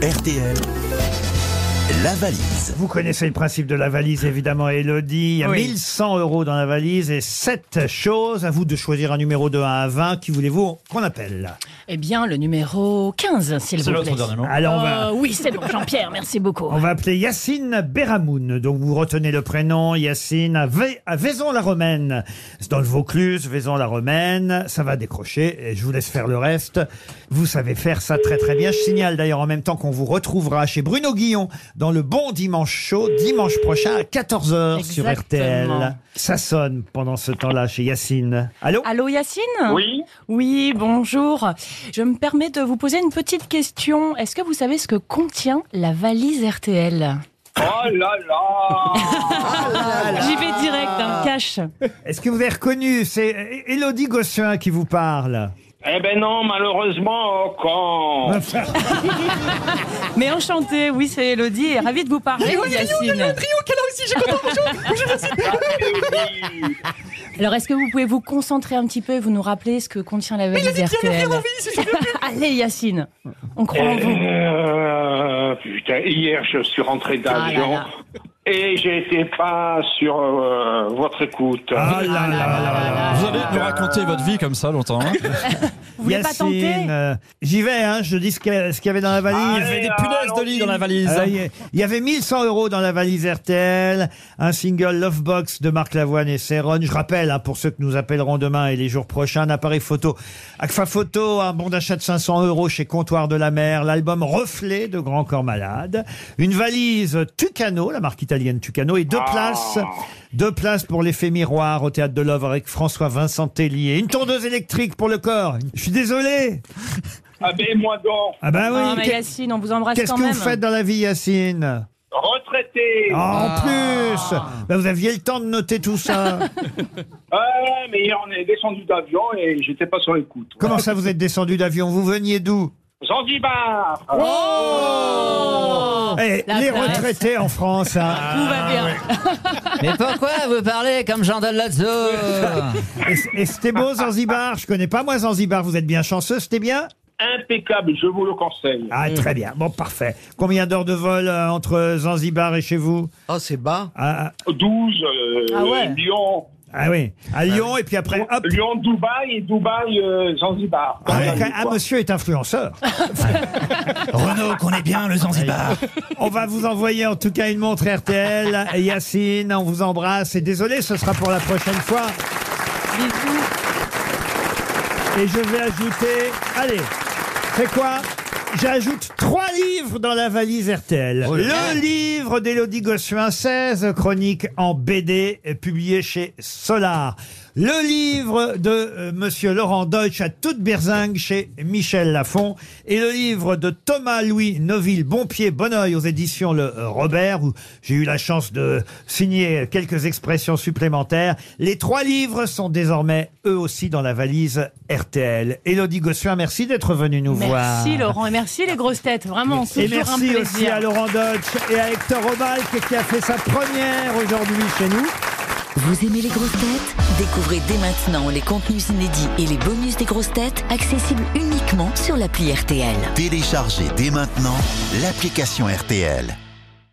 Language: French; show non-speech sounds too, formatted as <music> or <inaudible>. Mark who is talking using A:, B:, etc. A: RTL, la valise.
B: Vous connaissez le principe de la valise, évidemment, Elodie. Il y a
C: Oui.
B: 1100 euros dans la valise et 7 choses. À vous de choisir un numéro de 1 à 20. Qui voulez-vous qu'on appelle
C: Eh bien, le numéro 15, s'il vous plaît.
B: Alors, on va,
C: Euh, oui, c'est bon, Jean-Pierre, merci beaucoup.
B: on va appeler Yacine Beramoun. Donc, vous retenez le prénom Yacine à, Vé- à Vaison-la-Romaine. C'est dans le Vaucluse, Vaison-la-Romaine. Ça va décrocher et je vous laisse faire le reste. Vous savez faire ça très très bien. Je signale d'ailleurs en même temps qu'on vous retrouvera chez Bruno Guillon dans le Bon Dimanche Chaud dimanche prochain à 14h sur
C: Exactement.
B: RTL. Ça sonne pendant ce temps-là chez Yacine. Allô
C: Allô Yacine
D: Oui,
C: Oui, bonjour. Je me permets de vous poser une petite question. Est-ce que vous savez ce que contient la valise RTL
D: oh là
B: <laughs>
D: là
C: J'y vais direct, hein, cash.
B: Est-ce que vous avez reconnu C'est Elodie Gossuin qui vous parle.
D: Eh ben non, malheureusement, oh, quand
C: Mais enchantée, oui, c'est Elodie et ravie de vous parler, Yacine. <laughs> Alors, est-ce que vous pouvez vous concentrer un petit peu et vous nous rappeler ce que contient la valise RTL <laughs> Allez Yacine, on croit en vous.
D: Euh, Putain, hier je suis rentré
C: Ah
D: d'avion
C: là là.
D: et j'étais pas sur euh, votre écoute.
B: Ah là là là là.
E: Vous allez nous raconter votre vie comme ça longtemps. hein
C: Vous voulez pas
B: Yacine,
C: tenter
B: euh, J'y vais, hein, je dis ce qu'il y a- ce qu'il y avait dans la valise.
D: Allez, des punaises de lit dans la
E: valise.
B: Alors, il y a- il y avait 1100 euros dans la valise RTL, un single Lovebox de Marc Lavoine et Céron. Je rappelle, hein, pour ceux que nous appellerons demain et les jours prochains, un appareil photo Agfa Photo, un bon d'achat de 500 euros chez Comptoir de la Mer, l'album Reflet de Grand Corps Malade, une valise Tucano, la marque italienne Tucano, et deux
D: Ah.
B: places deux places pour l'effet miroir au théâtre de l'Ovre avec François Vincent Tellier. Une tondeuse électrique pour le corps. Je suis désolé.
D: Ah ben moi donc,
B: Ah bah oui.
C: Ah, mais
B: qu'est-
C: Yacine, on vous embrasse
B: Qu'est-ce
C: quand
B: que
C: même.
B: vous faites dans la vie, Yacine
D: retraité.
B: Ah, En plus Bah, Vous aviez le temps de noter tout
C: <laughs>
B: ça.
D: Ouais, mais hier on est descendu d'avion et j'étais pas sur l'écoute.
B: Comment ça, vous êtes descendu d'avion Vous veniez d'où
D: Zanzibar
B: Eh,
C: Oh La Ah.
B: Les
C: place.
B: retraités en France. hein.
C: Tout va bien.
F: Mais pourquoi vous parlez comme Jean Dalazzo
B: Et, et c'était beau, Zanzibar Je connais pas, moi, Zanzibar. Vous êtes bien chanceux, c'était bien
D: Impeccable, je vous le conseille.
B: Ah, très bien. Bon, parfait. Combien d'heures de vol euh, entre Zanzibar et chez vous
F: Oh, c'est bas.
B: ah, ah,
D: 12, euh,
C: Ah ouais.
D: Lyon,
B: ah oui, à Lyon, et puis après, hop
D: Lyon, Dubaï et Dubaï, euh, Zanzibar.
B: Ah,
D: Comme la vie,
B: ah,
D: quoi.
B: monsieur est influenceur.
E: Renaud, qu'on est bien le Zanzibar.
B: Bah, On va vous envoyer en tout cas une montre RTL. Et Yacine, on vous embrasse. Et désolé, ce sera pour la prochaine fois. Et je vais ajouter. Allez, c'est quoi J'ajoute trois livres dans la valise RTL. Le livre d'Élodie Gossuin, 16 chroniques en BD, publié chez Solar. Le livre de euh, Monsieur Laurent Deutsch à toute berzingue chez Michel Lafon. Et le livre de Thomas Louis Noville, Bonpied, Bonneuil aux éditions Le euh, Robert, où j'ai eu la chance de signer quelques expressions supplémentaires. Les trois livres sont désormais eux aussi dans la valise RTL. Élodie Gossuin, merci d'être venue nous voir.
C: Merci Laurent et merci les grosses têtes, vraiment, c'est
B: Et
C: toujours un
B: merci
C: plaisir.
B: aussi à Laurent Deutsch et à Hector Obalk qui a fait sa première aujourd'hui chez nous.
G: Vous aimez les grosses têtes Découvrez dès maintenant les contenus inédits et les bonus des grosses têtes accessibles uniquement sur l'appli RTL.
A: Téléchargez dès maintenant l'application RTL.